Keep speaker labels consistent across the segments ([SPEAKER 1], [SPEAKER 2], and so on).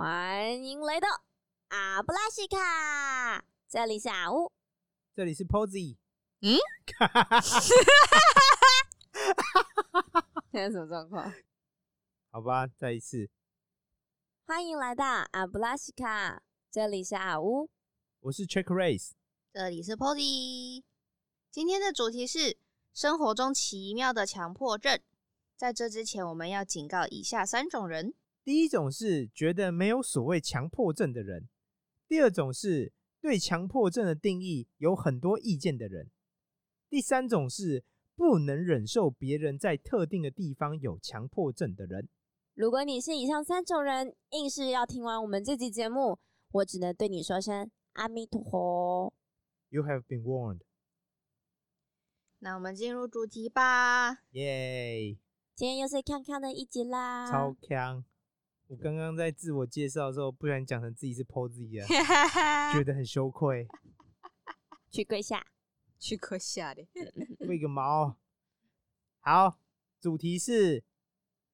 [SPEAKER 1] 欢迎来到阿布拉西卡，这里是阿乌，
[SPEAKER 2] 这里是 Posy，
[SPEAKER 1] 嗯，现在什么状况？
[SPEAKER 2] 好吧，再一次，
[SPEAKER 1] 欢迎来到阿布拉西卡，这里是阿乌。
[SPEAKER 2] 我是 Check Race，
[SPEAKER 3] 这里是 Polly。今天的主题是生活中奇妙的强迫症。在这之前，我们要警告以下三种人：
[SPEAKER 2] 第一种是觉得没有所谓强迫症的人，第二种是对强迫症的定义有很多意见的人，第三种是不能忍受别人在特定的地方有强迫症的人。
[SPEAKER 1] 如果你是以上三种人，硬是要听完我们这集节目，我只能对你说声阿弥陀佛。
[SPEAKER 2] You have been warned，
[SPEAKER 3] 那我们进入主题吧。
[SPEAKER 2] 耶、
[SPEAKER 1] 今天又是康康的一集啦，
[SPEAKER 2] 超强！我刚刚在自我介绍的时候，不小心讲成自己 是 Posy 啊，觉得很羞愧，
[SPEAKER 1] 去跪下。
[SPEAKER 3] 去可下的，
[SPEAKER 2] 喂个毛！好，主题是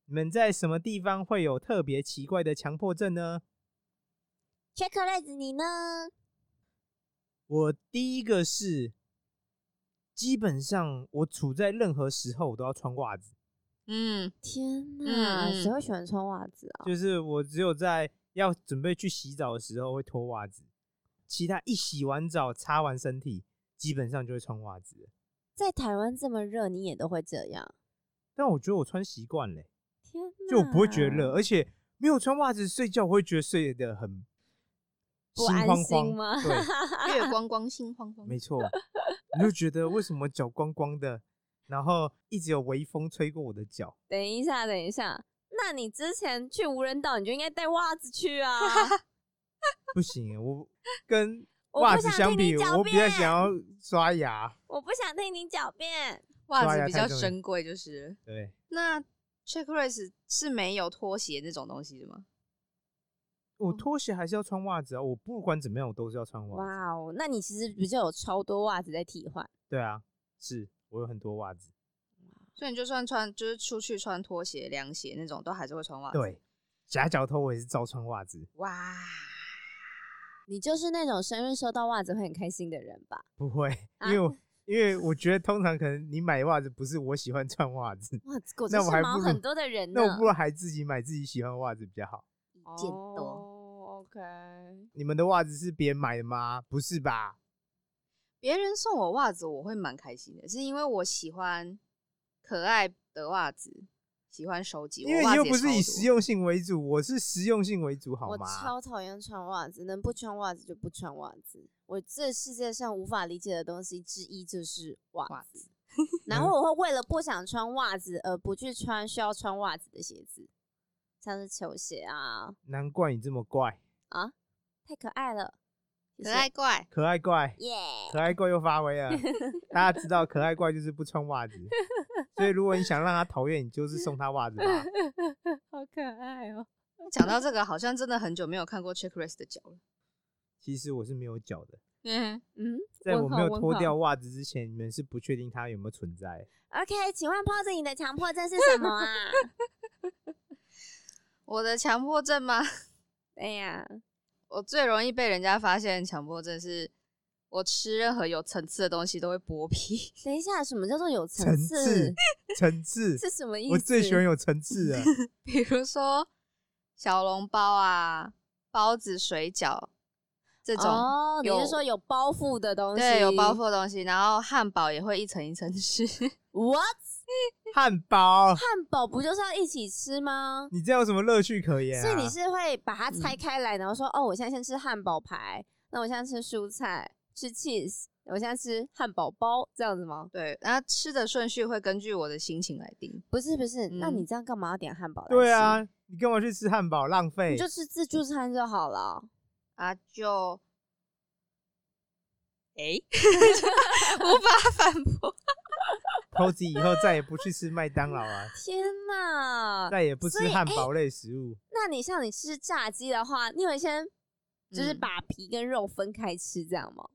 [SPEAKER 2] 你们在什么地方会有特别奇怪的强迫症呢？
[SPEAKER 1] Check Race，你呢？
[SPEAKER 2] 我第一个是，基本上我处在任何时候我都要穿袜子，
[SPEAKER 3] 嗯，
[SPEAKER 1] 天哪，
[SPEAKER 3] 嗯
[SPEAKER 1] 谁会喜欢穿袜子啊？
[SPEAKER 2] 就是我只有在要准备去洗澡的时候会脱袜子，其他一洗完澡、擦完身体，基本上就会穿袜子了。
[SPEAKER 1] 在台湾这么热，你也都会这样？
[SPEAKER 2] 但我觉得我穿习惯了欸、
[SPEAKER 1] 天哪，
[SPEAKER 2] 就我不会觉得
[SPEAKER 1] 嗯
[SPEAKER 2] 热，而且没有穿袜子睡觉，我会觉得睡得很
[SPEAKER 1] 不
[SPEAKER 2] 心
[SPEAKER 1] 安
[SPEAKER 2] 慌
[SPEAKER 1] 心
[SPEAKER 2] 慌
[SPEAKER 1] 吗
[SPEAKER 2] 对，
[SPEAKER 3] 月光光，心慌慌。
[SPEAKER 2] 没错，你就觉得为什么脚光光的，然后一直有微风吹过我的脚，
[SPEAKER 1] 等一下，等一下，那你之前去无人岛，你就应该带袜子去 啊！
[SPEAKER 2] 不行，欸我跟
[SPEAKER 1] 我
[SPEAKER 2] 袜
[SPEAKER 1] 不
[SPEAKER 2] 子
[SPEAKER 1] 想
[SPEAKER 2] 相
[SPEAKER 1] 听
[SPEAKER 2] 比，
[SPEAKER 1] 你狡
[SPEAKER 2] 我比较
[SPEAKER 1] 辩
[SPEAKER 2] 想要刷牙。
[SPEAKER 1] 我不想听你狡辩。
[SPEAKER 3] 袜
[SPEAKER 2] 刷
[SPEAKER 3] 子
[SPEAKER 2] 牙
[SPEAKER 3] 比
[SPEAKER 2] 啊太
[SPEAKER 3] 较
[SPEAKER 2] 重要
[SPEAKER 3] 珍贵，就是
[SPEAKER 2] 对，
[SPEAKER 3] 那 Check Race 是没有拖鞋那种东西的吗？
[SPEAKER 2] 我
[SPEAKER 1] 嗯
[SPEAKER 2] 拖鞋还是要穿袜子啊，我不管怎么样，我都是要穿袜子。
[SPEAKER 1] 哇哦，那你其实比较有超多袜子在替换。
[SPEAKER 2] 对啊，是我有很多袜子。
[SPEAKER 3] 所以你就算穿，就是出去穿拖鞋、凉鞋那种，都还是会穿袜子。，
[SPEAKER 2] 对，夹脚拖我也是照穿袜子，
[SPEAKER 3] 哇，
[SPEAKER 1] 你就是那种生日收到袜子会很开心的人吧？
[SPEAKER 2] 不会，
[SPEAKER 1] 啊
[SPEAKER 2] 因为我、因为我觉得通常可能你买袜子不是我喜欢穿袜子，
[SPEAKER 1] 哇，果
[SPEAKER 2] 那
[SPEAKER 1] 真
[SPEAKER 2] 我
[SPEAKER 1] 是
[SPEAKER 2] 还
[SPEAKER 1] 毛
[SPEAKER 2] 不如
[SPEAKER 1] 很多的人呢。
[SPEAKER 2] 那我不如还自己买自己喜欢的袜子比较好。
[SPEAKER 3] 一件多。
[SPEAKER 1] 哦，OK。
[SPEAKER 2] 你们的袜子是别人买的吗？不是吧？
[SPEAKER 3] 别人送我袜子，我会蛮开心的，是因为我喜欢可爱的袜子，喜欢收集。
[SPEAKER 2] 因为
[SPEAKER 3] 我袜
[SPEAKER 2] 你
[SPEAKER 3] 子
[SPEAKER 2] 又
[SPEAKER 3] 也
[SPEAKER 2] 不是以
[SPEAKER 3] 超多
[SPEAKER 2] 实用性为主，我是实用性为主，好
[SPEAKER 1] 我
[SPEAKER 2] 吗？
[SPEAKER 1] 超讨厌穿袜子，能不穿袜子就不穿袜子。我这世界上无法理解的东西之一就是袜
[SPEAKER 3] 袜
[SPEAKER 1] 子，然后我会为了不想穿袜子而不去穿需要穿袜子的鞋子，像是球鞋啊，
[SPEAKER 2] 难怪你这么怪，
[SPEAKER 1] 太可爱了，谢
[SPEAKER 3] 可
[SPEAKER 1] 谢
[SPEAKER 3] 爱 怪，
[SPEAKER 2] 可爱怪，
[SPEAKER 1] 耶
[SPEAKER 2] 可爱怪又发 威了。大家知道，可爱怪就是不穿袜子，所以如果你想让他讨厌，你就是送他袜子 吧。
[SPEAKER 1] 好可爱哦、
[SPEAKER 3] 讲到这个，好像真的很久没有看过 Check Race 的脚了。
[SPEAKER 2] 其实我是没有脚的，
[SPEAKER 3] 嗯，
[SPEAKER 1] 嗯，
[SPEAKER 2] 在我
[SPEAKER 1] 问号
[SPEAKER 2] 没有
[SPEAKER 1] 问
[SPEAKER 2] 脱
[SPEAKER 1] 号
[SPEAKER 2] 掉袜子之前，你们是不确定它有没有存在。
[SPEAKER 1] OK，请问 Pose 你的强迫症是什么啊？
[SPEAKER 3] 我的强迫症吗？
[SPEAKER 1] 哎呀，
[SPEAKER 3] 我最容易被人家发现强迫症是，我吃任何有层次的东西都会剥皮。
[SPEAKER 1] 等一下，什么叫做有层
[SPEAKER 2] 层次，层 次，
[SPEAKER 1] 是什么意思？
[SPEAKER 2] 我最喜欢有层次了。
[SPEAKER 3] 比如说小笼包啊、包子、水饺这种，
[SPEAKER 1] 哦，你
[SPEAKER 3] 有
[SPEAKER 1] 是说有包袱的东西？
[SPEAKER 3] 对，有包。袱的东西。然后汉堡也会一层一层吃，
[SPEAKER 1] What？
[SPEAKER 2] 汉堡，
[SPEAKER 1] 汉堡不就是要一起吃吗？
[SPEAKER 2] 你这样有什么乐趣可言、啊？
[SPEAKER 1] 所以你是会把它拆开来，然后说，哦，我现在先吃汉堡排，那我现在吃蔬菜，吃 cheese，我现在吃汉堡包，这样子吗？
[SPEAKER 3] 对，然后吃的顺序会根据我的心情来定。
[SPEAKER 1] 不是不是，那
[SPEAKER 3] 嗯
[SPEAKER 1] 你这样干嘛要点汉堡来吃？
[SPEAKER 2] 对，啊，你干嘛去吃汉堡？浪费
[SPEAKER 1] 你。就吃自助餐就好了。，
[SPEAKER 3] 啊，就，诶，无法反驳。
[SPEAKER 2] 投资以后再也不去吃麦当劳啊
[SPEAKER 1] 天哪！
[SPEAKER 2] 再也不
[SPEAKER 1] 所
[SPEAKER 2] 吃
[SPEAKER 1] 以
[SPEAKER 2] 汉堡类食物。
[SPEAKER 1] 那你像你吃炸鸡的话，你会先就是
[SPEAKER 3] 嗯
[SPEAKER 1] 把皮跟肉分开吃，这样吗？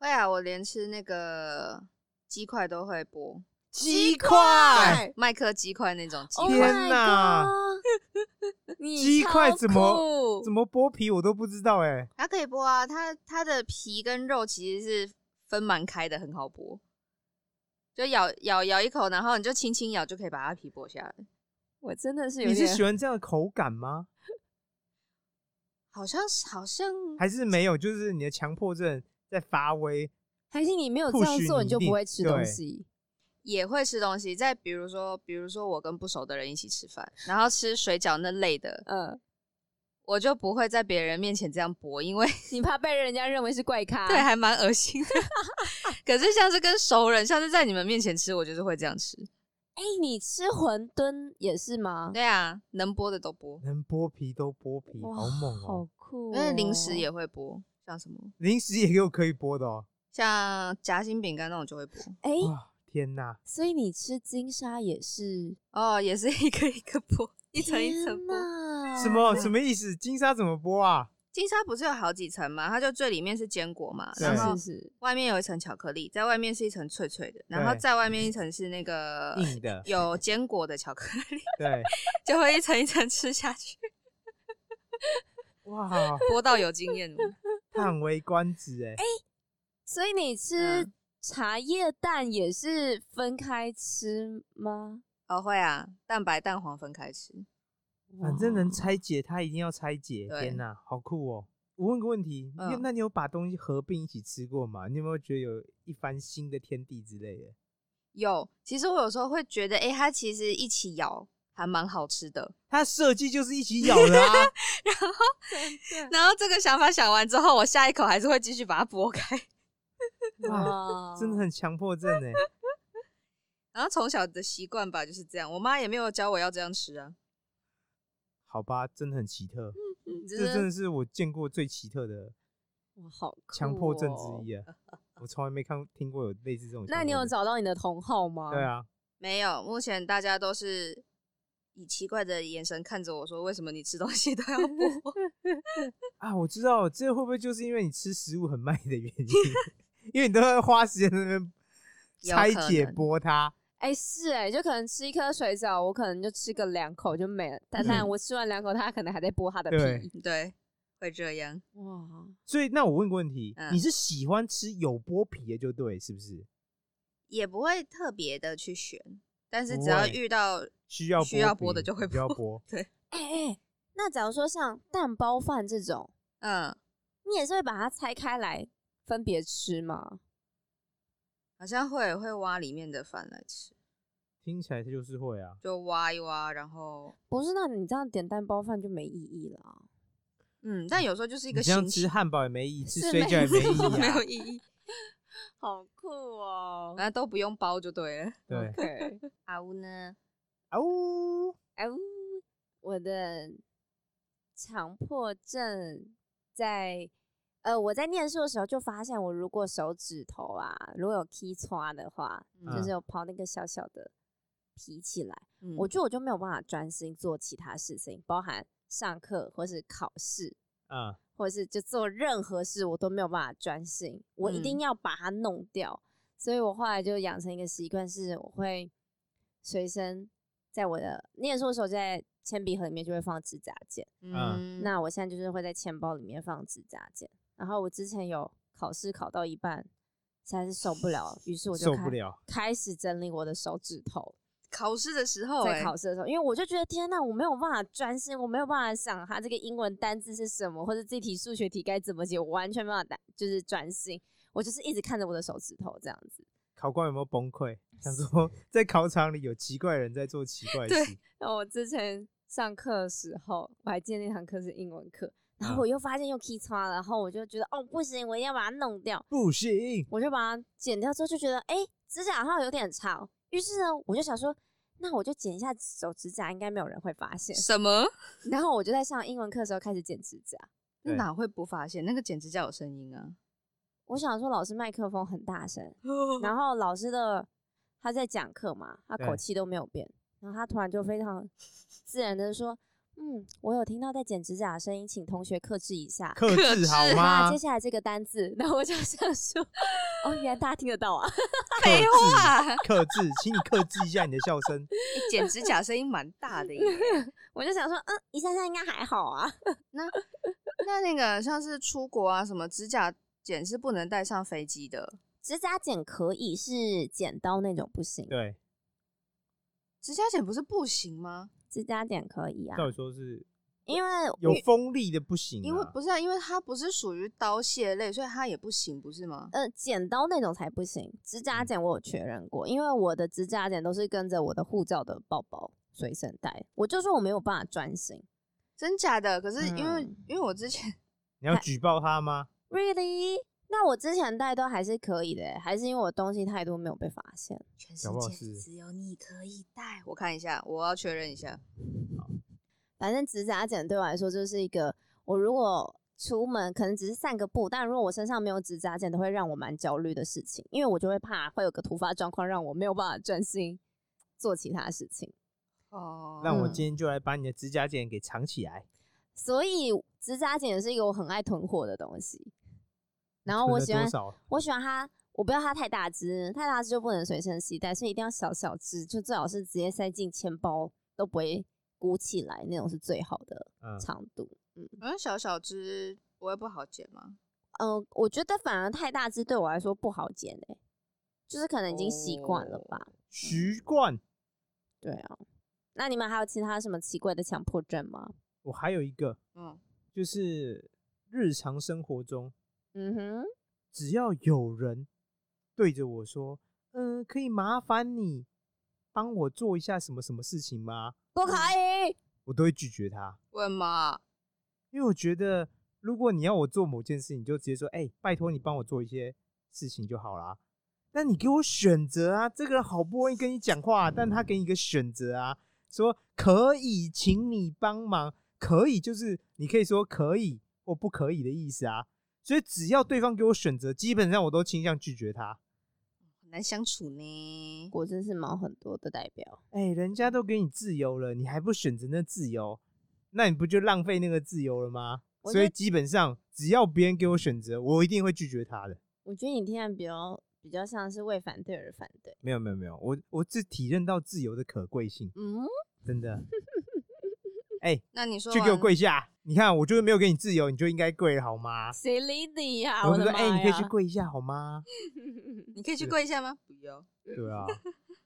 [SPEAKER 3] 会啊，我连吃那个鸡块都会剥，
[SPEAKER 2] 鸡块，
[SPEAKER 3] 麦克鸡块那种鸡
[SPEAKER 2] 哦
[SPEAKER 3] 块。
[SPEAKER 2] 天哪
[SPEAKER 1] 哪！Oh 你
[SPEAKER 2] 鸡块
[SPEAKER 1] 超
[SPEAKER 2] 怎么
[SPEAKER 1] 酷
[SPEAKER 2] 怎么剥皮我都不知道哎、
[SPEAKER 3] 它可以剥啊，它它的皮跟肉其实是分蛮开的，很好剥。就咬咬咬一口，然后你就轻轻咬就可以把它皮剥下来。
[SPEAKER 1] 我真的是有
[SPEAKER 2] 你是
[SPEAKER 1] 点
[SPEAKER 2] 喜欢这样的口感吗？
[SPEAKER 3] 好像是好像
[SPEAKER 2] 还是没有？就是你的强迫症在发威，
[SPEAKER 1] 还是你没有这样
[SPEAKER 2] push
[SPEAKER 1] 做，
[SPEAKER 2] 你
[SPEAKER 1] 你就
[SPEAKER 2] 一定
[SPEAKER 1] 不会吃
[SPEAKER 2] 对
[SPEAKER 1] 东西？
[SPEAKER 3] 也会吃东西。再比如说，比如说我跟不熟的人一起吃饭，然后吃水饺那类的，
[SPEAKER 1] 嗯，
[SPEAKER 3] 我就不会在别人面前这样剥，因为
[SPEAKER 1] 你怕被人家认为是怪
[SPEAKER 2] 啊
[SPEAKER 1] 咖？
[SPEAKER 3] 对，还蛮恶心的。可是像是跟熟人，像是在你们面前吃，我就是会这样吃。
[SPEAKER 1] 哎、你吃馄饨也是吗？
[SPEAKER 3] 对啊，能剥的都剥，
[SPEAKER 2] 能剥皮都剥皮，
[SPEAKER 1] 哇
[SPEAKER 2] 好猛哦、
[SPEAKER 1] 好酷、哦
[SPEAKER 3] 因为零食也，会剥，像什么
[SPEAKER 2] 零食也有可以剥的哦、
[SPEAKER 3] 像夹心饼干那种就会剥。
[SPEAKER 1] 哎、
[SPEAKER 2] 哇，天哪！
[SPEAKER 1] 所以你吃金沙也 是
[SPEAKER 3] 哦，也是一个一个剥，一层一层
[SPEAKER 1] 天
[SPEAKER 3] 剥。
[SPEAKER 1] 哪
[SPEAKER 2] 什么什么意思？金沙怎么剥啊？
[SPEAKER 3] 金沙不是有好几层嘛？它就最里面是坚果嘛，
[SPEAKER 2] 对
[SPEAKER 3] 然
[SPEAKER 1] 是
[SPEAKER 3] 后
[SPEAKER 1] 是是，
[SPEAKER 3] 外面有一层巧克力，在外面是一层脆脆的，然后
[SPEAKER 2] 对
[SPEAKER 3] 在外面一层是那个，
[SPEAKER 2] 硬的
[SPEAKER 3] 有坚果的巧克力，
[SPEAKER 2] 对，
[SPEAKER 3] 就会一层一层吃下去，
[SPEAKER 2] 哇，
[SPEAKER 3] 剥到有经验了。
[SPEAKER 2] 叹为观止哎、
[SPEAKER 1] 所以你吃
[SPEAKER 3] 嗯
[SPEAKER 1] 茶叶蛋也是分开吃吗？
[SPEAKER 3] 哦，会啊，蛋白蛋黄分开吃。
[SPEAKER 2] 反正能
[SPEAKER 1] 哇
[SPEAKER 2] 拆解，它一定要拆解。
[SPEAKER 3] 对
[SPEAKER 2] 天哪，好酷哦！我问个问题，你有
[SPEAKER 3] 嗯
[SPEAKER 2] 那你有把东西合并一起吃过吗？你有没有觉得有一番新的天地之类的？
[SPEAKER 3] 有，其实我有时候会觉得，哎、它其实一起咬还蛮好吃的。
[SPEAKER 2] 它设计就是一起咬的啊！
[SPEAKER 3] 然后这个想法想完之后，我下一口还是会继续把它剥开。
[SPEAKER 2] 哇，
[SPEAKER 1] 哇
[SPEAKER 2] 真的很强迫 症哎、
[SPEAKER 3] 然后从小的习惯吧就是这样，我妈也没有教我要这样吃啊。
[SPEAKER 2] 好吧，真的很奇特，
[SPEAKER 1] 嗯
[SPEAKER 3] 只
[SPEAKER 2] 嗯这真
[SPEAKER 3] 是
[SPEAKER 2] 的是我见过最奇特的
[SPEAKER 1] 哇好酷
[SPEAKER 2] 强迫症
[SPEAKER 1] 哦
[SPEAKER 2] 之一啊！ 我从来没看听过有类似这种强迫症。
[SPEAKER 1] 那你有找到你的同好吗？
[SPEAKER 2] 对，啊，
[SPEAKER 3] 没有，目前大家都是以奇怪的眼神看着我说：“为什么你吃东西都 要剥
[SPEAKER 2] 啊，我知道了，这会不会就是因为你吃食物很慢的原因？ 因为你都要花时间在那边
[SPEAKER 3] 有
[SPEAKER 2] 拆
[SPEAKER 3] 可
[SPEAKER 2] 解
[SPEAKER 3] 能
[SPEAKER 2] 剥它。
[SPEAKER 1] 哎、是哎、就可能吃一颗水饺，我可能就吃个两口就没了。但当然，
[SPEAKER 2] 嗯
[SPEAKER 1] 我吃完两口，他可能还在剥他的
[SPEAKER 2] 对
[SPEAKER 1] 皮。？”
[SPEAKER 3] 对，会这样。
[SPEAKER 1] 哇，
[SPEAKER 2] 所以，那我问个问题，
[SPEAKER 3] 嗯
[SPEAKER 2] 你是喜欢吃有剥皮的就对，是不是？
[SPEAKER 3] 也不会特别的去选，但是
[SPEAKER 2] 不
[SPEAKER 3] 只要
[SPEAKER 2] 会
[SPEAKER 3] 遇到
[SPEAKER 2] 需要
[SPEAKER 3] 需要剥
[SPEAKER 2] 皮
[SPEAKER 3] 的就会
[SPEAKER 2] 需要
[SPEAKER 3] 剥
[SPEAKER 2] 剥。
[SPEAKER 1] 哎、哎、那假如说像蛋包饭这种，
[SPEAKER 3] 嗯，
[SPEAKER 1] 你也是会把它拆开来分别吃吗？
[SPEAKER 3] 好像会会挖里面的饭来吃，
[SPEAKER 2] 听起来它就是会啊，
[SPEAKER 3] 就挖一挖，然后
[SPEAKER 1] 不是，那你这样点蛋包饭就没意义了啊。
[SPEAKER 3] 嗯，但有时候就是一
[SPEAKER 2] 你
[SPEAKER 3] 个
[SPEAKER 2] 这样
[SPEAKER 3] 形
[SPEAKER 2] 吃
[SPEAKER 3] 式，
[SPEAKER 2] 汉堡也没意义，吃
[SPEAKER 1] 是
[SPEAKER 2] 水
[SPEAKER 1] 没
[SPEAKER 2] 饺也没
[SPEAKER 1] 错
[SPEAKER 2] 意义
[SPEAKER 3] 没有
[SPEAKER 2] 啊。
[SPEAKER 3] 意义，
[SPEAKER 1] 好酷哦
[SPEAKER 3] 反正都不用包就对了。
[SPEAKER 2] 对，
[SPEAKER 1] OK，
[SPEAKER 3] 阿乌呢？
[SPEAKER 2] 啊呜，
[SPEAKER 1] 哎呜，我的强迫症在呃，我在念书的时候就发现，我如果手指头啊，如果有劈叉的话，
[SPEAKER 3] 嗯
[SPEAKER 1] 就是有刨那个小小的皮起来，
[SPEAKER 3] 嗯
[SPEAKER 1] 我觉得我就没有办法专心做其他事情，包含上课或是考试。
[SPEAKER 2] 啊，
[SPEAKER 1] 或者是就做任何事，我都没有办法专心，我一定
[SPEAKER 3] 嗯
[SPEAKER 1] 要把它弄掉。所以我后来就养成一个习惯，是我会随身在我的念书的时候，在铅笔盒里面就会放指甲剪。
[SPEAKER 3] 嗯，
[SPEAKER 1] 那我现在就是会在钱包里面放指甲剪。然后我之前有考试考到一半，实在是受不了，于是我就
[SPEAKER 2] 受
[SPEAKER 1] 开
[SPEAKER 2] 不了。
[SPEAKER 1] 开始整理我的手指头。
[SPEAKER 3] 考试的时候、
[SPEAKER 1] 在
[SPEAKER 3] 欸，
[SPEAKER 1] 考试的时候，因为我就觉得天呐，我没有办法专心，我没有办法想它这个英文单字是什么，或者这题数学题该怎么解，我完全没有办法单就是专心，我就是一直看着我的手指头这样子。
[SPEAKER 2] 考官有没有崩溃？想 说在考场里有奇怪人在做奇怪的事，
[SPEAKER 1] 然后我之前上课的时候，我还记得那堂课是英文课，然
[SPEAKER 2] 嗯
[SPEAKER 1] 后我又发现又 key 叉，然后我就觉得哦不行，我一定要把它弄掉，
[SPEAKER 2] 不行，
[SPEAKER 1] 我就把它剪掉之后就觉得，哎、指甲好像有点长，于是呢，我就想说，那我就剪一下手指甲，应该没有人会发现。
[SPEAKER 3] 什么？
[SPEAKER 1] 然后我就在上英文课的时候开始剪指甲。
[SPEAKER 3] 那
[SPEAKER 2] 对
[SPEAKER 3] 哪会不发现？那个剪指甲有声音 啊！
[SPEAKER 1] 我想说老师麦克风很大声，
[SPEAKER 3] 哦
[SPEAKER 1] 然后老师的他在讲课嘛，他口
[SPEAKER 2] 对
[SPEAKER 1] 气都没有变，然后他突然就非常自然的说：“嗯，我有听到在剪指甲的声音，请同学克制一下。
[SPEAKER 2] 克
[SPEAKER 3] 克
[SPEAKER 2] 制好
[SPEAKER 3] 制
[SPEAKER 1] 那
[SPEAKER 2] 吗
[SPEAKER 1] 接？下来这个单字，那我就想说， 哦，原来大家听得到啊！
[SPEAKER 2] 克
[SPEAKER 3] 废
[SPEAKER 2] 制，
[SPEAKER 3] 话，
[SPEAKER 2] 克制，请你克制一下你的笑声。
[SPEAKER 3] 欸剪指甲声音蛮大的耶。
[SPEAKER 1] 我就想说，嗯，一下下应该还好啊。
[SPEAKER 3] 那那个像是出国啊，什么指甲剪是不能带上飞机的，
[SPEAKER 1] 指甲剪可以是剪刀那种不行，
[SPEAKER 2] 对，
[SPEAKER 3] 指甲剪不是不行吗？
[SPEAKER 2] 嗯
[SPEAKER 1] 指甲剪可以啊，
[SPEAKER 2] 照理说是
[SPEAKER 1] 因为
[SPEAKER 2] 有锋利的不行啊，
[SPEAKER 3] 因为不是、啊，因为它不是属于刀械类，所以它也不行，不是吗？
[SPEAKER 1] 呃，剪刀那种才不行。指甲剪我有确认过，因为我的指甲剪都是跟着我的护照的包包随身带。我就说我没有办法专心
[SPEAKER 3] 真假的？可是因为、
[SPEAKER 1] 嗯
[SPEAKER 3] 因为我之前
[SPEAKER 2] 你要举报他吗？
[SPEAKER 1] ，really？那我之前带都还是可以的欸、还是因为我东西太多没有被发现。
[SPEAKER 3] 全
[SPEAKER 2] 世搞不好界是只
[SPEAKER 3] 有你可以带，我看一下，我要确认一下。
[SPEAKER 1] 反正指甲剪对我来说就是一个，我如果出门可能只是散个步，但如果我身上没有指甲剪，都会让我蛮焦虑的事情，因为我就会怕会有个突发状况让我没有办法专心做其他事情。
[SPEAKER 3] 哦，
[SPEAKER 2] 那我
[SPEAKER 1] 嗯
[SPEAKER 2] 今天就来把你的指甲剪给藏起来。
[SPEAKER 1] 所以指甲剪是一个我很爱囤货的东西。然后我
[SPEAKER 2] 存了
[SPEAKER 1] 喜欢
[SPEAKER 2] 多，少？
[SPEAKER 1] 我喜欢它，我不要它太大只，太大只就不能随身携带，所以一定要小小只，就最好是直接塞进钱包都不会鼓起来那种是最好的
[SPEAKER 2] 嗯，
[SPEAKER 1] 长度。嗯
[SPEAKER 3] 好像小小只不会不好剪吗？
[SPEAKER 1] 嗯、呃我觉得反而太大只对我来说不好剪诶、就是可能已经习惯了吧。
[SPEAKER 2] 哦徐冠，
[SPEAKER 1] 对啊，那你们还有其他什么奇怪的强迫症吗？
[SPEAKER 2] 我还有一个，
[SPEAKER 3] 嗯，
[SPEAKER 2] 就是日常生活中，
[SPEAKER 1] 嗯哼，
[SPEAKER 2] 只要有人对着我说：“嗯、可以麻烦你帮我做一下什么什么事情吗
[SPEAKER 1] 不可以。？”
[SPEAKER 2] 我都会拒绝他，
[SPEAKER 3] 问嘛？
[SPEAKER 2] 因为我觉得如果你要我做某件事，你就直接说：“哎、拜托你帮我做一些事情就好啦。”那你给我选择啊！这个人好不容易跟你讲话，但他给你一个选择啊，说可以，请你帮忙。可以就是你可以说可以或不可以的意思啊。所以只要对方给我选择，基本上我都倾向拒绝他。
[SPEAKER 3] 很难相处呢。
[SPEAKER 1] 果真是毛很多的代表。
[SPEAKER 2] 哎、人家都给你自由了，你还不选择那自由，那你不就浪费那个自由了吗？
[SPEAKER 1] 我
[SPEAKER 2] 所以
[SPEAKER 1] 觉得
[SPEAKER 2] 基本上，只要别人给我选择，我一定会拒绝他的。
[SPEAKER 1] 我觉得你听起来比较比较像是为反对而反对。
[SPEAKER 2] 没有没有没有，我我只体认到自由的可贵性，
[SPEAKER 1] 嗯，
[SPEAKER 2] 真的。哎、
[SPEAKER 3] 那你说
[SPEAKER 2] 去给我
[SPEAKER 3] 完
[SPEAKER 2] 跪下！你看，我就是没有给你自由，你就应该跪了好吗？
[SPEAKER 1] 谁理你呀、
[SPEAKER 2] 然后
[SPEAKER 1] 啊我
[SPEAKER 2] 就
[SPEAKER 1] 的
[SPEAKER 2] 说，
[SPEAKER 1] 妈
[SPEAKER 2] 哎、
[SPEAKER 1] 呀！
[SPEAKER 2] 你可以去跪一下好吗？
[SPEAKER 3] 你可以去
[SPEAKER 2] 是
[SPEAKER 3] 跪一下吗？不要。
[SPEAKER 2] 对 啊，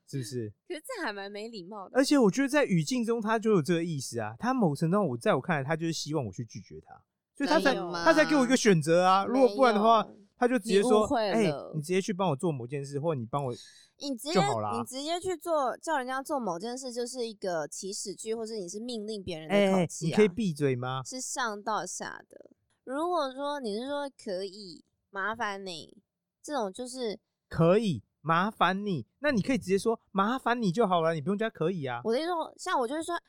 [SPEAKER 2] 是不是？
[SPEAKER 1] 可是这还蛮没礼貌的。
[SPEAKER 2] 而且我觉得在语境中，他就有这个意思啊。他某程度上，我在我看来，他就是希望我去拒绝他，所以他才
[SPEAKER 1] 没有
[SPEAKER 2] 他才给我一个选择啊。如果不然的话，
[SPEAKER 1] 没有，
[SPEAKER 2] 他就直接
[SPEAKER 1] 你误
[SPEAKER 2] 说：“
[SPEAKER 1] 会
[SPEAKER 2] 哎、
[SPEAKER 1] 了
[SPEAKER 2] 你直接去帮我做某件事，或者你帮我。
[SPEAKER 1] 你直接
[SPEAKER 2] 就好啦
[SPEAKER 1] 你直接去做叫人家做某件事，就是一个祈使句，或是你是命令别人
[SPEAKER 2] 哎、
[SPEAKER 1] 的口
[SPEAKER 2] 你
[SPEAKER 1] 气啊，
[SPEAKER 2] 可以闭嘴吗？
[SPEAKER 1] 是上到下的。如果说你是说可以，麻烦你这种就是
[SPEAKER 2] 可以，麻烦你。那你可以直接说麻烦你就好了，你不用加可以啊。
[SPEAKER 1] 我的意思说，像我就是说，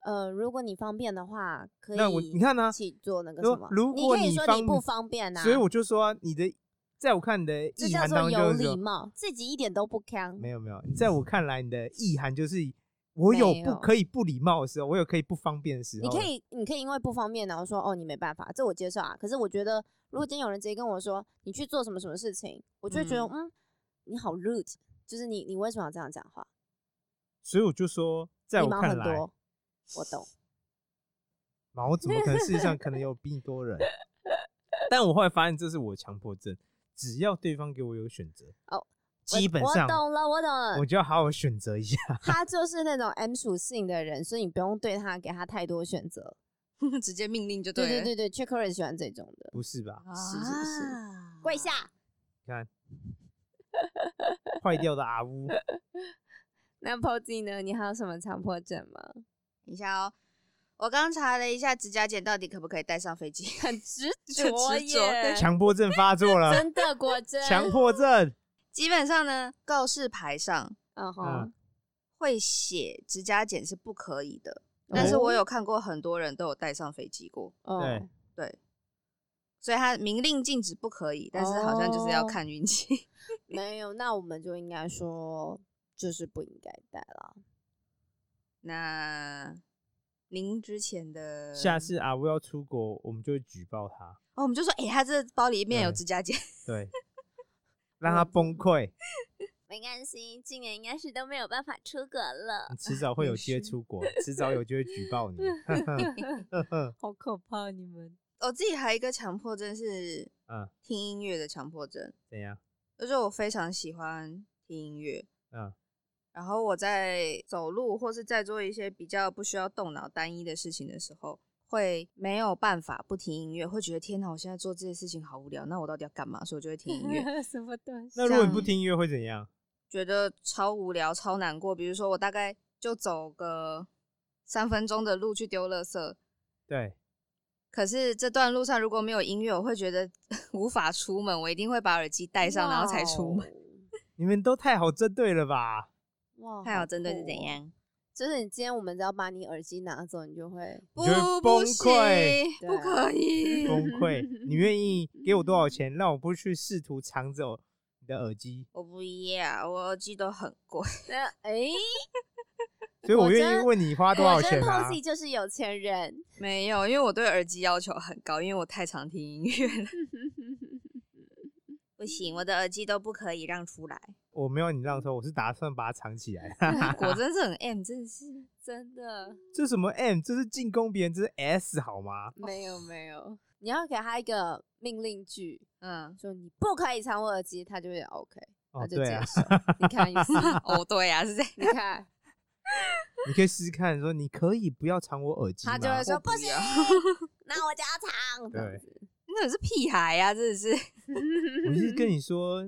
[SPEAKER 1] 呃，如果你方便的话，可以
[SPEAKER 2] 那我你看啊
[SPEAKER 1] 去做那个
[SPEAKER 2] 如
[SPEAKER 1] 什么，
[SPEAKER 2] 如果
[SPEAKER 1] 你可以
[SPEAKER 2] 你
[SPEAKER 1] 说
[SPEAKER 2] 方
[SPEAKER 1] 你不方便啊，
[SPEAKER 2] 所以我就说、啊，你的在我看你的
[SPEAKER 1] 这
[SPEAKER 2] 意
[SPEAKER 1] 叫
[SPEAKER 2] 涵
[SPEAKER 1] 做
[SPEAKER 2] 当
[SPEAKER 1] 有
[SPEAKER 2] 中就是
[SPEAKER 1] 礼
[SPEAKER 2] 说
[SPEAKER 1] 貌，自己一点都不坑。
[SPEAKER 2] 没有没有，在我看来，你的意涵就是我有
[SPEAKER 1] 没
[SPEAKER 2] 不
[SPEAKER 1] 有
[SPEAKER 2] 可以不礼貌的时候，我有啊可以不方便的时
[SPEAKER 1] 你
[SPEAKER 2] 候。
[SPEAKER 1] 可以，你可以因为不方便，然后说哦，你没办法，这我接受啊。可是我觉得，如果今天有人直接跟我说你去做什么什么事情，我就会觉得嗯你好 rude，就是你你为什么要这样讲话？
[SPEAKER 2] 所以我就说，在
[SPEAKER 1] 你
[SPEAKER 2] 我
[SPEAKER 1] 毛
[SPEAKER 2] 看
[SPEAKER 1] 很
[SPEAKER 2] 来，
[SPEAKER 1] 多，我懂。
[SPEAKER 2] 毛怎么可能？事实上可能有比你多人。 但我后来发现这是我的强迫症，只要对方给我有选择，
[SPEAKER 1] 哦，我
[SPEAKER 2] 基本
[SPEAKER 1] 我
[SPEAKER 2] 上
[SPEAKER 1] 懂了，我懂了
[SPEAKER 2] 我。就要好好选择一下。
[SPEAKER 1] 他就是那种 M 属性的人，所以你不用对他给他太多选择。
[SPEAKER 3] 啊直接命令就
[SPEAKER 1] 对
[SPEAKER 3] 对
[SPEAKER 1] 对
[SPEAKER 3] 了，
[SPEAKER 1] 对对 c h e c k e r 喜欢这种的，
[SPEAKER 2] 不是吧？
[SPEAKER 1] 是是是
[SPEAKER 3] 啊
[SPEAKER 1] 跪下。
[SPEAKER 2] 坏掉的 阿乌，
[SPEAKER 1] 那 Posy 呢？你还有什么强迫症吗？
[SPEAKER 3] 等一下哦，我刚查了一下指甲剪到底可不可以带上飞机，
[SPEAKER 1] 很执
[SPEAKER 3] 很
[SPEAKER 1] 着
[SPEAKER 3] 执着对
[SPEAKER 1] 耶，
[SPEAKER 2] 强迫症发作 了，
[SPEAKER 1] 真的 果真
[SPEAKER 2] 强迫症。
[SPEAKER 3] 基本上呢，告示牌上
[SPEAKER 1] 嗯
[SPEAKER 2] 嗯
[SPEAKER 1] 哼，
[SPEAKER 3] 会写指甲剪是不可以的，但
[SPEAKER 2] 哦
[SPEAKER 3] 是我有看过很多人都有带上飞机过，
[SPEAKER 1] 哦
[SPEAKER 2] 对
[SPEAKER 3] 对，所以他明令禁止不可以，但是好像就是要
[SPEAKER 1] 哦
[SPEAKER 3] 看运气。
[SPEAKER 1] 没有，那我们就应该说就是不应该带啦。
[SPEAKER 3] 那临之前的
[SPEAKER 2] 下次阿威要出国，我们就会举报他，
[SPEAKER 3] 哦，我们就说，哎、他这包里面有
[SPEAKER 2] 对
[SPEAKER 3] 指甲剪，
[SPEAKER 2] 对，让他崩溃。
[SPEAKER 1] 没关系，今年应该是都没有办法出国 了
[SPEAKER 2] 你，迟早会
[SPEAKER 3] 也
[SPEAKER 2] 有机会
[SPEAKER 3] 是
[SPEAKER 2] 出国，迟早有机会举 报你。嗯
[SPEAKER 1] 好可怕！你们
[SPEAKER 3] 我自己还有一个强迫症是
[SPEAKER 2] 嗯，
[SPEAKER 3] 听音乐的强迫症，
[SPEAKER 2] 怎样？
[SPEAKER 3] 就是我非常喜欢听音乐，
[SPEAKER 2] 嗯，
[SPEAKER 3] 然后我在走路或是在做一些比较不需要动脑单一的事情的时候，会没有办法不听音乐，会觉得天哪，我现在做这些事情好无聊，那我到底要干嘛？所以我就会听 音 乐，
[SPEAKER 1] 什么东西
[SPEAKER 2] 那如果你不
[SPEAKER 3] 像
[SPEAKER 2] 听音乐会怎样？
[SPEAKER 3] 觉得超无聊、超难过。比如说，我大概就走个三分钟的路去丢垃圾，
[SPEAKER 2] 对，
[SPEAKER 3] 可是这段路上如果没有音乐，我会觉得 无法出门，我一定会把耳机戴上，然后才出门。
[SPEAKER 1] 门。
[SPEAKER 2] 你们都太好针对了吧？
[SPEAKER 1] 哇，
[SPEAKER 3] 看我针对是怎
[SPEAKER 1] 酷哦？
[SPEAKER 3] 样？
[SPEAKER 1] 就是你今天我们只要把你耳机拿走，你就 会
[SPEAKER 2] 你
[SPEAKER 3] 不
[SPEAKER 2] 就会崩
[SPEAKER 3] 不
[SPEAKER 2] 溃
[SPEAKER 1] 对
[SPEAKER 3] 行，不可以。
[SPEAKER 2] 崩溃！你 愿意给我多少钱，让我不去试图抢走你的耳机？
[SPEAKER 3] 我不要，我耳机都很贵。
[SPEAKER 1] 那哎，
[SPEAKER 2] 所以我
[SPEAKER 1] 我
[SPEAKER 2] 愿
[SPEAKER 1] 真
[SPEAKER 2] 意问你 花多少钱
[SPEAKER 1] 我
[SPEAKER 2] 啊
[SPEAKER 1] 跟？Posy 就是有钱人，
[SPEAKER 3] 没有，因为我对耳机要求很高，因为我太常听音乐了。 不行，我的耳机都不可以让出 来。
[SPEAKER 2] 我没有你这样说，我是打算把它藏起来。
[SPEAKER 3] 我真 是很 M，真的是。
[SPEAKER 1] 真的
[SPEAKER 2] 这什么 M？这是进攻别人，这是 S 好吗？
[SPEAKER 1] 没有没有。你要给他一个命令句，
[SPEAKER 3] 嗯，
[SPEAKER 1] 说你不可以抢我耳机，他就会 OK，
[SPEAKER 2] 哦，
[SPEAKER 1] 他就
[SPEAKER 2] 对
[SPEAKER 1] 接
[SPEAKER 2] 啊，
[SPEAKER 1] 受。你看意思，
[SPEAKER 3] 哦，对呀、啊，是这样。
[SPEAKER 1] 你 看，
[SPEAKER 2] 你可以试试看，说你可以不要抢我耳机
[SPEAKER 1] 他？
[SPEAKER 2] 吗
[SPEAKER 1] 就会说
[SPEAKER 3] 我不
[SPEAKER 1] 不行
[SPEAKER 3] 要，
[SPEAKER 1] 那我就要抢。这样
[SPEAKER 2] 对
[SPEAKER 1] 子
[SPEAKER 3] 那你是屁
[SPEAKER 1] 啊
[SPEAKER 3] 孩呀、真的是。
[SPEAKER 2] 我是跟你说，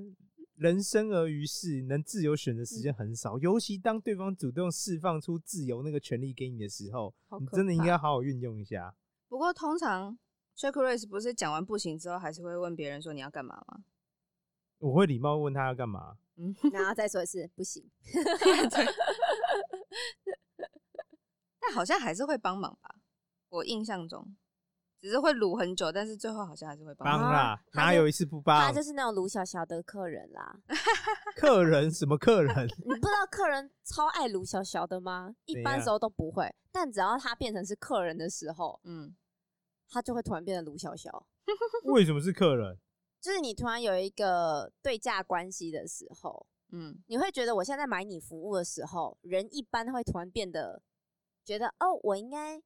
[SPEAKER 2] 人生而于世，能自由选择时间很少，尤其当对方主动释放出自由那个权利给你的时候，
[SPEAKER 1] 好
[SPEAKER 2] 你
[SPEAKER 1] 可
[SPEAKER 2] 真的应
[SPEAKER 1] 怕
[SPEAKER 2] 该好好运用一下。
[SPEAKER 3] 不过通常 Chuck Race 不是讲完不行之后，还是会问别人说你要干嘛吗？
[SPEAKER 2] 我会礼貌问他要干嘛，
[SPEAKER 3] 嗯，
[SPEAKER 1] 然后再说一次不行。
[SPEAKER 3] 但好像还是会帮忙吧，我印象中，只是会撸很久，但是最后好像还是会帮
[SPEAKER 2] 帮
[SPEAKER 3] 忙。
[SPEAKER 2] 啦，
[SPEAKER 1] 啊他
[SPEAKER 2] 哪
[SPEAKER 1] 就
[SPEAKER 2] 有一次不
[SPEAKER 1] 他
[SPEAKER 2] 帮？
[SPEAKER 1] 就是那种卢小小的客人啦，
[SPEAKER 2] 客人什么客人？
[SPEAKER 1] 你不知道客人超爱卢小小的吗？一
[SPEAKER 2] 怎
[SPEAKER 1] 般
[SPEAKER 2] 样
[SPEAKER 1] 时候都不会，但只要他变成是客人的时候，
[SPEAKER 3] 嗯，
[SPEAKER 1] 他就会突然变成卢小小。
[SPEAKER 2] 为什么是客人？
[SPEAKER 1] 就是你突然有一个对价关系的时候，
[SPEAKER 3] 嗯，
[SPEAKER 1] 你会觉得我现在买你服务的时候，人一般会突然变得觉得哦，我应该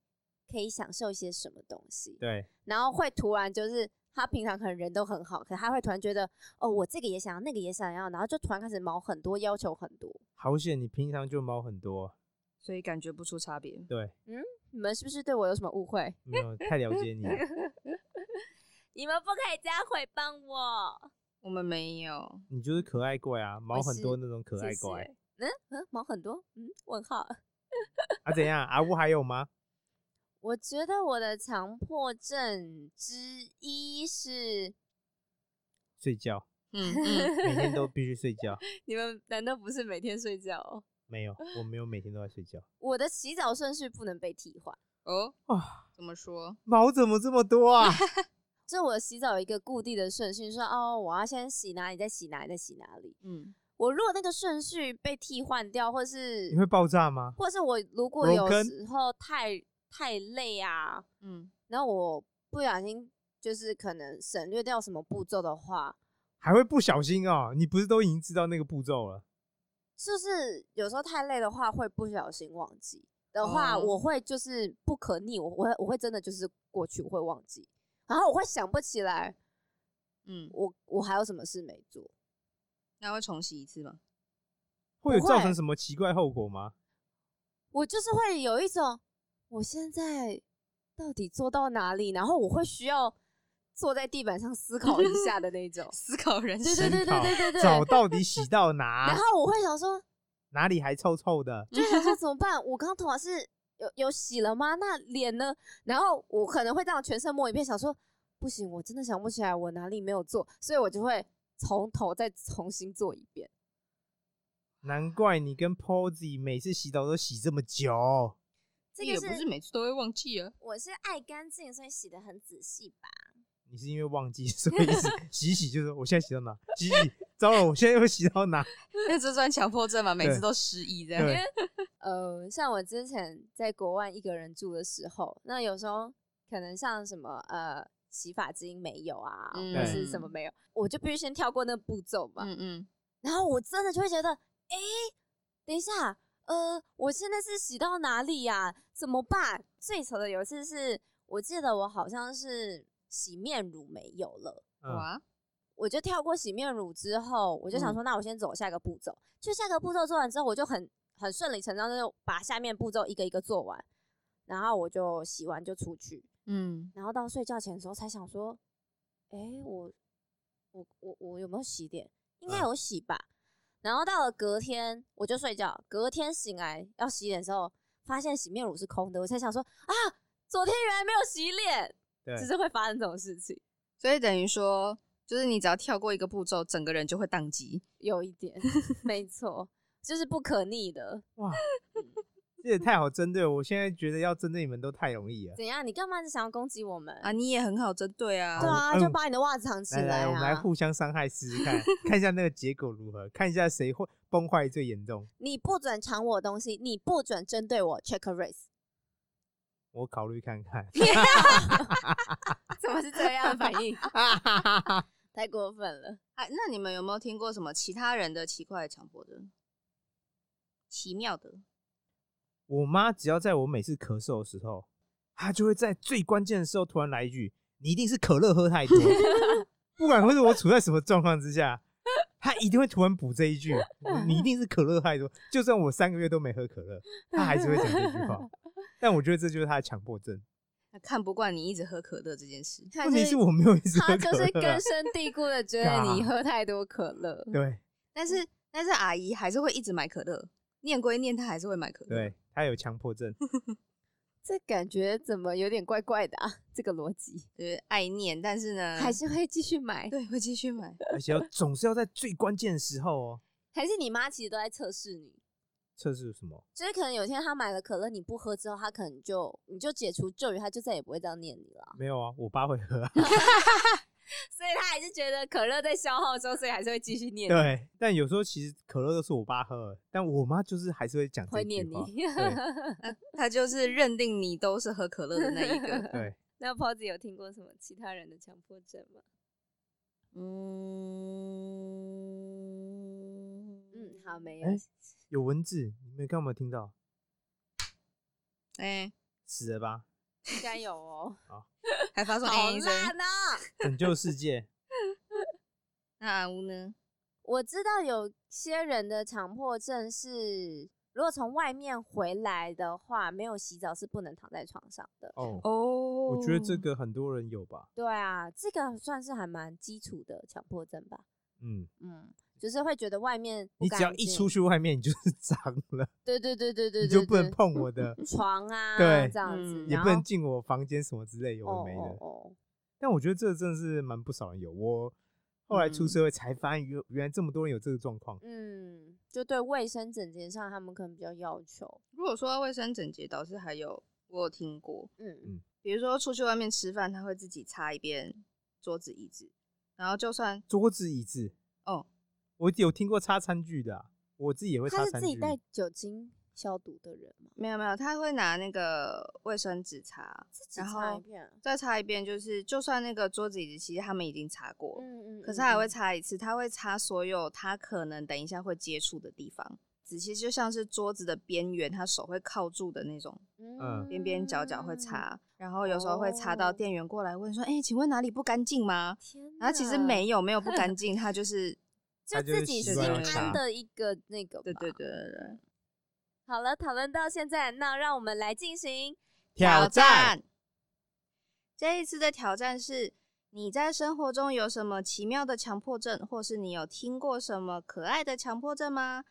[SPEAKER 1] 可以享受一些什么东西，
[SPEAKER 2] 对，
[SPEAKER 1] 然后会突然就是他平常可能人都很好，可他会突然觉得哦，我这个也想要，那个也想要，然后就突然开始毛很多，要求很多。
[SPEAKER 2] 好险你平常就猫很多，
[SPEAKER 3] 所以感觉不出差别。
[SPEAKER 2] 对，
[SPEAKER 1] 你们是不是对我有什么误会？
[SPEAKER 2] 没有太了解 你了。
[SPEAKER 1] 你们不可以这样诽谤我。
[SPEAKER 3] 我们没有，
[SPEAKER 2] 你就是可爱怪啊，毛很多那种可爱
[SPEAKER 1] 谢谢
[SPEAKER 2] 怪。
[SPEAKER 1] 嗯嗯，毛很多，嗯，问号。
[SPEAKER 2] 啊，怎样？阿乌还有吗？
[SPEAKER 1] 我觉得我的强迫症之一是，
[SPEAKER 2] 睡觉，
[SPEAKER 3] 嗯嗯，
[SPEAKER 2] 每天都必须睡觉。
[SPEAKER 1] 你们难道不是每天睡觉、哦？
[SPEAKER 2] 没有，我没有每天都在睡觉。
[SPEAKER 1] 我的洗澡顺序不能被替换，
[SPEAKER 3] 哦，
[SPEAKER 2] 哇，
[SPEAKER 3] 怎么说？
[SPEAKER 2] 毛怎么这么多啊？
[SPEAKER 1] 就我的洗澡有一个固定的顺序，说哦，我要先洗哪里，再洗哪里，再洗哪里。
[SPEAKER 3] 嗯，
[SPEAKER 1] 我如果那个顺序被替换掉，或是
[SPEAKER 2] 你会爆炸吗？
[SPEAKER 1] 或是我如果
[SPEAKER 2] 裸
[SPEAKER 1] 有
[SPEAKER 2] 奔
[SPEAKER 1] 时候太太累啊，
[SPEAKER 3] 嗯，
[SPEAKER 1] 然后我不小心就是可能省略掉什么步骤的话，
[SPEAKER 2] 还会不小心哦？你不是都已经知道那个步骤了？
[SPEAKER 1] 就是有时候太累的话会不小心忘记的话，
[SPEAKER 3] 哦
[SPEAKER 1] 我会就是不可逆，我我会我会真的就是过去我会忘记，然后我会想不起来
[SPEAKER 3] 嗯，
[SPEAKER 1] 我我还有什么事没做，
[SPEAKER 3] 那会重洗一次吗？。
[SPEAKER 2] 会有
[SPEAKER 1] 不
[SPEAKER 2] 造
[SPEAKER 1] 会
[SPEAKER 2] 成什么奇怪后果吗？
[SPEAKER 1] 我就是会有一种我现在到底做到哪里，然后我会需要坐在地板上思考一下的那种
[SPEAKER 3] 思考人
[SPEAKER 1] 对
[SPEAKER 3] 生
[SPEAKER 1] 对对对对对对
[SPEAKER 2] 澡
[SPEAKER 1] 对。
[SPEAKER 2] 到底洗到
[SPEAKER 1] 然
[SPEAKER 2] 哪？
[SPEAKER 1] 后我会想说，
[SPEAKER 2] 哪里还臭臭的？
[SPEAKER 1] 就想说怎么办？我刚头发是有有洗了吗？那脸呢？然后我可能会这样全身摸一遍，想说不行，我真的想不起来我哪里没有做，所以我就会从头再重新做一遍。
[SPEAKER 2] 难怪你跟 Posy 每次洗澡都洗这么久。
[SPEAKER 1] 这
[SPEAKER 3] 也
[SPEAKER 1] 个
[SPEAKER 3] 不是
[SPEAKER 1] 是
[SPEAKER 3] 每次都会忘记啊。
[SPEAKER 1] 我是爱干净，所以洗的很仔细吧。
[SPEAKER 2] 你是因为忘记，所以一直洗一洗就说我现在洗到哪，洗一洗，糟了，我现在又洗到哪？
[SPEAKER 3] 那这算强迫症吗？每
[SPEAKER 2] 对
[SPEAKER 3] 次都失忆这样。
[SPEAKER 2] 对，
[SPEAKER 1] 呃，像我之前在国外一个人住的时候，那有时候可能像什么呃洗发精没有啊，
[SPEAKER 3] 嗯
[SPEAKER 1] 或是什么没有，我就必须先跳过那步骤嘛。
[SPEAKER 3] 嗯嗯，
[SPEAKER 1] 然后我真的就会觉得，诶，等一下，呃，我现在是洗到哪里呀、怎么办？最丑的有一次是我记得我好像是洗面乳没有了。
[SPEAKER 2] 嗯
[SPEAKER 3] 哇，
[SPEAKER 1] 我就跳过洗面乳之后，我就想说，那我先走下一个步骤。就下个步骤做完之后，我就很很顺理成章，就是把下面步骤一个一个做完，然后我就洗完就出去，
[SPEAKER 3] 嗯
[SPEAKER 1] 然后到睡觉前的时候才想说，哎、我我我我有没有洗脸？应该
[SPEAKER 2] 嗯
[SPEAKER 1] 有洗吧。然后到了隔天我就睡觉，隔天醒来要洗脸的时候，发现洗面乳是空的，我才想说啊，昨天原来没有洗脸，
[SPEAKER 2] 对
[SPEAKER 1] 只是会发生这种事情，
[SPEAKER 3] 所以等于说，就是你只要跳过一个步骤，整个人就会宕机。
[SPEAKER 1] 有一 点，没错，就是不可逆的。
[SPEAKER 2] 哇，这也太好针对我，我现在觉得要针对你们都太容易了。
[SPEAKER 1] 怎样？你干嘛想要攻击我们？
[SPEAKER 3] 啊，你也很好针对啊。
[SPEAKER 1] 对啊，
[SPEAKER 2] 嗯
[SPEAKER 1] 就把你的袜子藏起
[SPEAKER 2] 来
[SPEAKER 1] 啊！
[SPEAKER 2] 我们来互相伤害试试看，看一下那个结果如何，看一下谁会崩坏最严重。
[SPEAKER 1] 你不准抢我东西，你不准针对我，check a race。
[SPEAKER 2] 我考虑看看。
[SPEAKER 1] 怎么是这样的反 应？太过分 了！
[SPEAKER 3] 哎、啊那你们有没有听过什么其他人的奇怪的强迫症？奇妙的，
[SPEAKER 2] 我妈只要在我每次咳嗽的时候，她就会在最关键的时候突然来一句：“你一定是可乐喝 太多。”不管会是我处在什么状况之下，她一定会突然补这一句：“你一定是可乐喝太多。”就算我三个月都没喝可乐，她还是会讲这句 话。但我觉得这就是她的强迫症。
[SPEAKER 3] 他看不惯你一直喝可乐这件事。
[SPEAKER 1] 他
[SPEAKER 2] 问题是我没有一直喝
[SPEAKER 1] 他
[SPEAKER 2] 可
[SPEAKER 1] 就是
[SPEAKER 2] 乐啊、
[SPEAKER 1] 根深蒂固的 觉得你喝太多可乐。
[SPEAKER 2] 对
[SPEAKER 3] 但是但是阿姨还是会一直买可乐，念归念，她还是会买可乐。
[SPEAKER 2] 对，她有强迫症。
[SPEAKER 1] 这感觉怎么有点怪怪的啊？这个逻辑
[SPEAKER 3] 就是爱念，但是
[SPEAKER 2] 嗯
[SPEAKER 3] 呢，
[SPEAKER 1] 还是会继续买，
[SPEAKER 3] 对会继续买。
[SPEAKER 2] 而且要总是要在最关键的时候哦。
[SPEAKER 1] 还是你妈其实都在测试你？
[SPEAKER 2] 测试什么？
[SPEAKER 1] 就是可能有一天她买了可乐，你不喝之后，她可能就你就解除咒语，她就再也不会这样念你了。
[SPEAKER 2] 没有啊，我爸会喝、啊。
[SPEAKER 1] 所以他还是觉得可乐在消耗中，所以还是会继续念你，
[SPEAKER 2] 对，但有时候其实可乐都是我爸喝的，但我妈就是还是会讲这
[SPEAKER 1] 会
[SPEAKER 2] 句
[SPEAKER 1] 念
[SPEAKER 2] 话。
[SPEAKER 1] 你。
[SPEAKER 2] 对
[SPEAKER 3] 她就是认定你都是喝可乐的那 一个。
[SPEAKER 2] 对，
[SPEAKER 1] 那 Pose 有听过什么其他人的强迫症吗？
[SPEAKER 3] 嗯
[SPEAKER 1] 嗯，好，没有。
[SPEAKER 2] 哎有文字，你们看有没有听到？
[SPEAKER 3] 哎、
[SPEAKER 2] 死了吧，
[SPEAKER 1] 应该有哦。
[SPEAKER 3] 还发 出
[SPEAKER 1] 好
[SPEAKER 3] 哎一声。
[SPEAKER 1] 烂啊！
[SPEAKER 2] 拯救世界。
[SPEAKER 3] 那阿乌呢？
[SPEAKER 1] 我知道有些人的强迫症是，如果从外面回来的话，没有洗澡是不能躺在床上的。
[SPEAKER 2] 哦，
[SPEAKER 3] 哦
[SPEAKER 2] 我觉得这个很多人有吧。
[SPEAKER 1] 对啊，这个算是还蛮基础的强迫症吧。
[SPEAKER 2] 嗯，
[SPEAKER 1] 嗯，就是会觉得外面不
[SPEAKER 2] 你只要
[SPEAKER 1] 干
[SPEAKER 2] 一
[SPEAKER 1] 净
[SPEAKER 2] 出，去外面，你就是 脏了，
[SPEAKER 1] 对对对对对，
[SPEAKER 2] 你就
[SPEAKER 1] 对
[SPEAKER 2] 不能
[SPEAKER 1] 对
[SPEAKER 2] 碰 我的，
[SPEAKER 1] 床啊，
[SPEAKER 2] 对
[SPEAKER 1] 这样子，
[SPEAKER 3] 嗯
[SPEAKER 2] 也
[SPEAKER 1] 然
[SPEAKER 2] 不能
[SPEAKER 1] 后
[SPEAKER 2] 进我房间什么之类有的没的。
[SPEAKER 1] 哦哦哦
[SPEAKER 2] 但我觉得这真的是蛮不少人有。我后来出
[SPEAKER 3] 嗯
[SPEAKER 2] 社会才发现，原原来这么多人有这个状况。
[SPEAKER 1] 嗯，就对卫生整洁上，他们可能比较要求。
[SPEAKER 3] 如果说到卫生整洁，倒是还有我有听过，
[SPEAKER 1] 嗯
[SPEAKER 3] 比如说出去外面吃饭，他会自己擦一遍桌子椅子，然后就算
[SPEAKER 2] 桌子、椅子，
[SPEAKER 3] 哦，
[SPEAKER 2] 我有听过擦餐具的啊、我自己也会
[SPEAKER 1] 他
[SPEAKER 2] 擦
[SPEAKER 1] 是
[SPEAKER 2] 餐
[SPEAKER 1] 自己
[SPEAKER 2] 具。
[SPEAKER 1] 带酒精消毒的人嘛，
[SPEAKER 3] 没有没有，他会拿那个卫生纸擦，
[SPEAKER 1] 自己
[SPEAKER 3] 然
[SPEAKER 1] 擦一
[SPEAKER 3] 后
[SPEAKER 1] 遍啊。
[SPEAKER 3] 再擦一遍，就是就算那个桌子椅子，其实他们已经擦过，
[SPEAKER 1] 嗯嗯，
[SPEAKER 3] 可是他还会
[SPEAKER 1] 嗯
[SPEAKER 3] 擦一次，他会擦所有他可能等一下会接触的地方，仔细就像是桌子的边缘，他手会靠住的那种
[SPEAKER 2] 嗯
[SPEAKER 3] 边边角角会。
[SPEAKER 1] 嗯
[SPEAKER 3] 擦，然后有时候会擦到
[SPEAKER 1] 哦
[SPEAKER 3] 店员过来问说：“哎、请问哪里不干净吗
[SPEAKER 1] 天？”
[SPEAKER 3] 然后其实
[SPEAKER 1] 哪
[SPEAKER 3] 没，有没有不干净，他 就是
[SPEAKER 1] 就
[SPEAKER 2] 他就是
[SPEAKER 1] 自己
[SPEAKER 2] 习
[SPEAKER 1] 心
[SPEAKER 3] 惯用
[SPEAKER 1] 安
[SPEAKER 3] 擦
[SPEAKER 1] 的一个那个。
[SPEAKER 3] 对对。对对对，
[SPEAKER 1] 好了，讨论到现在，那让我们来进行。
[SPEAKER 2] 挑战。。
[SPEAKER 3] 这一次的挑战是你在生活中有什么奇妙的强迫症，或是你有听过什么可爱的强迫症吗？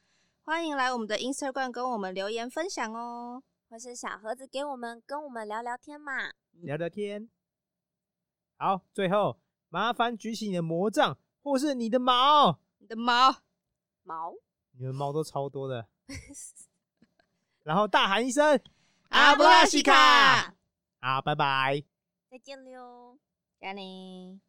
[SPEAKER 3] 欢迎来我们的 Instagram 跟我们留言分享哦。
[SPEAKER 1] 或是小盒子给我们跟我们聊聊天嘛，
[SPEAKER 2] 聊聊天。好，最后麻烦举起你的魔杖或是你的毛，
[SPEAKER 3] 你的猫，
[SPEAKER 1] 毛
[SPEAKER 2] 你们毛都超多 的，然后大喊一声
[SPEAKER 3] 阿布拉西卡，
[SPEAKER 2] 啊，拜拜。
[SPEAKER 1] 再见喽。
[SPEAKER 3] 加你。